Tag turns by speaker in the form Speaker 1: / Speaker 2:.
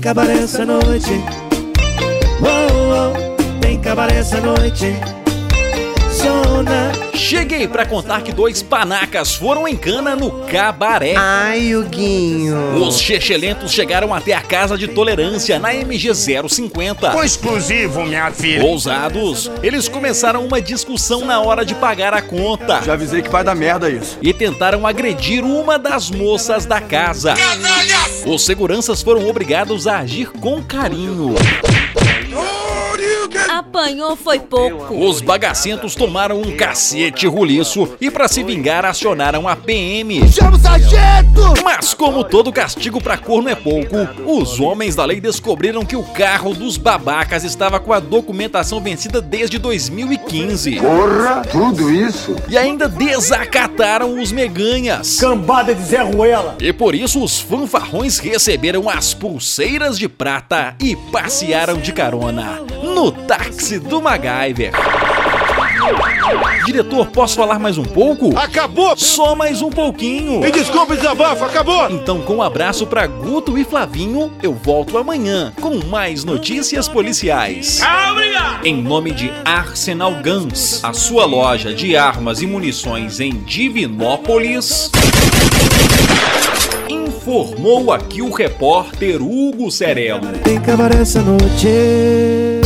Speaker 1: cabaré essa noite. Oh, oh, tem cabaré essa noite. Zona.
Speaker 2: Cheguei pra contar que dois panacas foram em cana no cabaré.
Speaker 3: Ai, Huguinho.
Speaker 2: Os chechelentos chegaram até a casa de tolerância na MG 050.
Speaker 4: Com exclusivo, minha filha.
Speaker 2: Ousados, eles começaram uma discussão na hora de pagar a conta
Speaker 5: Já avisei que vai dar merda isso.
Speaker 2: e tentaram agredir uma das moças da casa. Os seguranças foram obrigados a agir com carinho.
Speaker 6: Apanhou foi pouco.
Speaker 2: Os bagacentos tomaram um cacete roliço e, pra se vingar, acionaram a PM.
Speaker 3: Chama o sargento!
Speaker 2: Mas, como todo castigo pra corno é pouco, os homens da lei descobriram que o carro dos babacas estava com a documentação vencida desde 2015.
Speaker 5: Porra, tudo isso?
Speaker 2: E ainda desacataram os meganhas.
Speaker 1: Cambada de Zé Ruela.
Speaker 2: E por isso os fanfarrões receberam as pulseiras de prata e passearam de carona no táxi do MacGyver. Diretor, posso falar mais um pouco?
Speaker 4: Acabou!
Speaker 2: Só mais um pouquinho.
Speaker 4: Me desculpe, desabafo, acabou!
Speaker 2: Então, com um abraço pra Guto e Flavinho, eu volto amanhã com mais notícias policiais. Em nome de Arsenal Guns, a sua loja de armas e munições em Divinópolis. Informou aqui o repórter Hugo Cerelo.
Speaker 1: Tem cabaré essa noite.